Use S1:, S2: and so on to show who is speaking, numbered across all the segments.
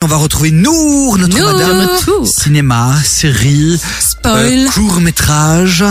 S1: On va retrouver Nour, notre
S2: Nour.
S1: madame.
S2: Nour.
S1: Cinéma, série, euh,
S2: Spoil.
S1: court métrage,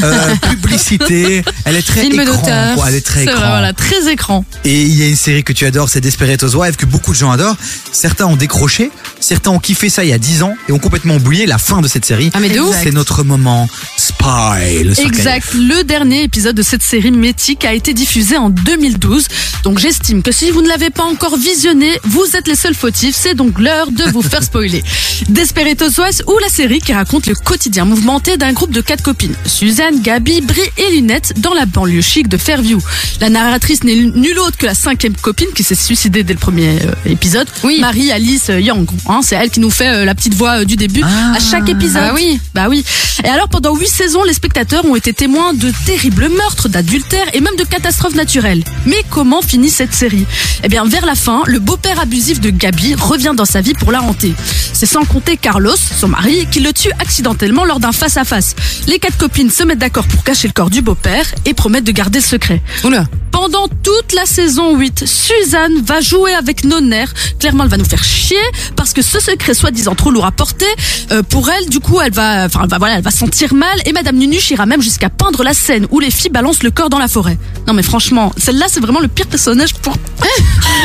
S1: publicité. Elle est très
S2: Film
S1: écran.
S2: d'auteur.
S1: quoi. Elle est très
S2: C'est
S1: écran.
S2: vrai, voilà, très écran.
S1: Et il y a une série que tu adores, c'est Desperate Housewives, que beaucoup de gens adorent. Certains ont décroché, certains ont kiffé ça il y a 10 ans et ont complètement oublié la fin de cette série.
S2: Ah, mais de ouf.
S1: C'est notre moment spoil. sur Canal+.
S2: Exact. Le dernier épisode de cette série mythique a été diffusé en 2012. Donc j'estime que si vous ne l'avez pas encore visionné, vous êtes les seuls fautifs. C'est donc l'heure de vous faire spoiler. Desperate Housewives ou la série qui raconte le quotidien mouvementé d'un groupe de quatre copines. Suzanne, Gabi, Brie et Lunette dans la banlieue chic de Fairview. La narratrice n'est nulle autre que la cinquième copine qui s'est suicidée dès le premier euh, épisode.
S3: Oui.
S2: Marie Alice euh, Yang. Hein, c'est elle qui nous fait euh, la petite voix euh, du début
S1: Ah.
S2: à chaque épisode.
S3: Ah oui.
S2: Bah oui. Et alors pendant huit saisons, les spectateurs ont été témoins de terribles meurtres, d'adultères et même de catastrophes naturelles. Mais comment finit cette série Eh bien, vers la fin, le beau-père abusif de Gabi revient dans sa vie pour la hanter. C'est sans compter Carlos, son mari, qui le tue accidentellement lors d'un face-à-face. Les quatre copines se mettent d'accord pour cacher le corps du beau-père et promettent de garder le secret.
S3: Oula.
S2: Pendant toute la saison 8, Suzanne va jouer avec nos nerfs. Clairement, elle va nous faire chier parce que ce secret soi-disant trop lourd à porter euh, pour elle, du coup, elle va, enfin, elle va, voilà, elle va sentir mal. Et Madame Nunuche ira même jusqu'à peindre la scène où les filles balancent le corps dans la forêt. Non mais franchement, celle-là, c'est vraiment le pire personnage pour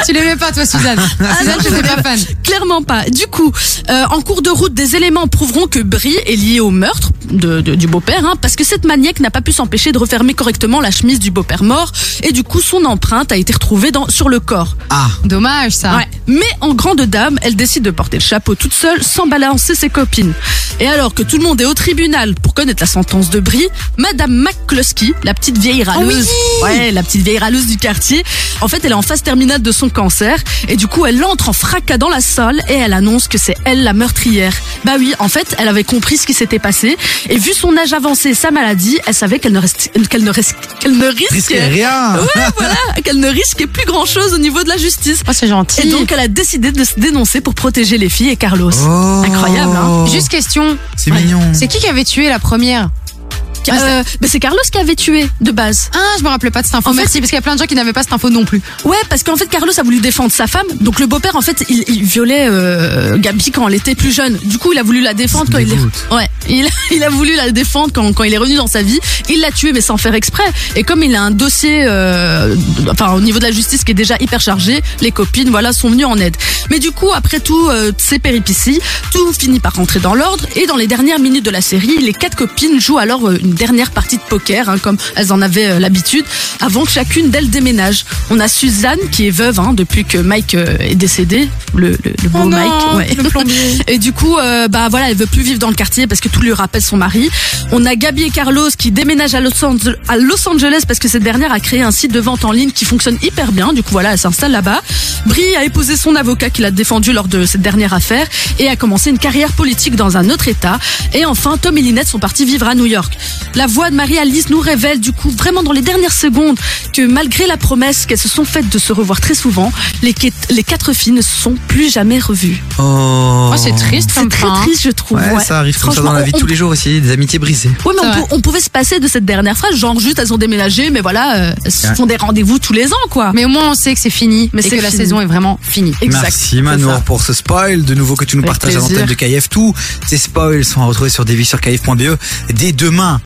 S3: Tu l'aimais pas, toi, Suzanne.
S2: Ah,
S3: Suzanne, je n'étais pas fan.
S2: Clairement pas. Du coup, euh, en cours de route, des éléments prouveront que Brie est liée au meurtre de, de- du beau-père, hein, parce que cette maniaque n'a pas pu s'empêcher de refermer correctement la chemise du beau-père mort, et du coup, son empreinte a été retrouvée dans, sur le corps.
S1: Ah,
S3: Dommage, ça.
S2: Ouais. Mais en grande dame, elle décide de porter le chapeau toute seule, sans balancer ses copines. Et alors que tout le monde est au tribunal pour connaître la sentence de Brie, Madame McCluskey, la petite vieille râleuse, ouais, la petite vieille râleuse du quartier, en fait, elle est en phase terminale de son cancer, et du coup, elle entre en fracas dans la salle et elle annonce que c'est elle la meurtrière. Bah oui, en fait, elle avait compris ce qui s'était passé, et vu son âge avancé et sa maladie, elle savait qu'elle ne, resti- qu'elle ne, res- qu'elle ne
S1: risque
S2: risquait,
S1: rien.
S2: qu'elle ne risquait plus grand chose au niveau de la justice.
S3: Oh, c'est gentil.
S2: Et donc, elle a décidé de se dénoncer pour protéger les filles et Carlos. Euh,
S1: Oh.
S2: Incroyable, hein.
S3: Juste question.
S1: C'est
S2: Ouais.
S1: mignon.
S3: C'est qui qui avait tué la première
S2: Euh, mais c'est Carlos qui avait tué de base.
S3: Ah, je me rappelais pas de cette info.
S2: En fait-
S3: Merci, parce qu'il y a plein de gens qui n'avaient pas cette info non plus.
S2: Ouais, parce qu'en fait Carlos a voulu défendre sa femme. Donc le beau-père en fait il, il violait euh, Gabi quand elle était plus jeune. Du coup il a voulu la défendre
S1: Ça
S2: quand
S1: me
S2: il
S1: dégoûte.
S2: est ouais il, il a voulu la défendre quand quand il est revenu dans sa vie. Il l'a tué mais sans faire exprès. Et comme il a un dossier euh, enfin au niveau de la justice qui est déjà hyper chargé, les copines voilà sont venues en aide. Mais du coup après tout euh, ces péripéties, tout finit par rentrer dans l'ordre et dans les dernières minutes de la série, les quatre copines jouent alors euh, une dernière partie de poker hein, comme elles en avaient euh, l'habitude avant que chacune d'elles déménage. On a Suzanne qui est veuve hein, depuis que Mike euh, est décédé, le, le, le beau
S3: Oh non,
S2: Mike. ouais.
S3: le plombier.
S2: Et du coup, euh, bah voilà, elle veut plus vivre dans le quartier parce que tout lui rappelle son mari. On a Gabi et Carlos qui déménagent à Los, Ange- à Los Angeles parce que cette dernière a créé un site de vente en ligne qui fonctionne hyper bien. Du coup, voilà, elle s'installe là-bas. Brie a épousé son avocat qui l'a défendu lors de cette dernière affaire et a commencé une carrière politique dans un autre état. Et enfin, Tom et Lynette sont partis vivre à New York. La voix de Marie-Alice nous révèle du coup vraiment dans les dernières secondes que malgré la promesse qu'elles se sont faites de se revoir très souvent, les, quai- les quatre filles ne se sont plus jamais revues.
S1: Oh.
S3: Oh, c'est triste,
S2: C'est
S3: comme
S2: très
S3: fin.
S2: triste, je trouve.
S1: Ouais,
S2: ouais.
S1: ça arrive comme ça
S2: Franchement,
S1: dans la vie de
S2: on-
S1: tous les jours aussi, des amitiés brisées.
S2: Oui, mais
S3: C'est
S2: on,
S3: vrai.
S2: pou- on pouvait se passer de cette dernière phrase, genre juste elles ont déménagé, mais voilà, euh, elles se
S1: Ouais.
S2: font des rendez-vous tous les ans, quoi.
S3: Mais au moins, on sait que c'est fini.
S2: Mais
S3: et que
S2: c'est
S3: la
S2: fini.
S3: saison est vraiment finie.
S2: Exact,
S1: Merci
S2: c'est
S1: Manoir
S2: ça.
S1: pour ce spoil. De nouveau que tu nous
S2: Avec
S1: partages à
S2: plaisir.
S1: l'antenne de KF tout. Ces spoils sont à retrouver sur devis sur KF.be E dès demain.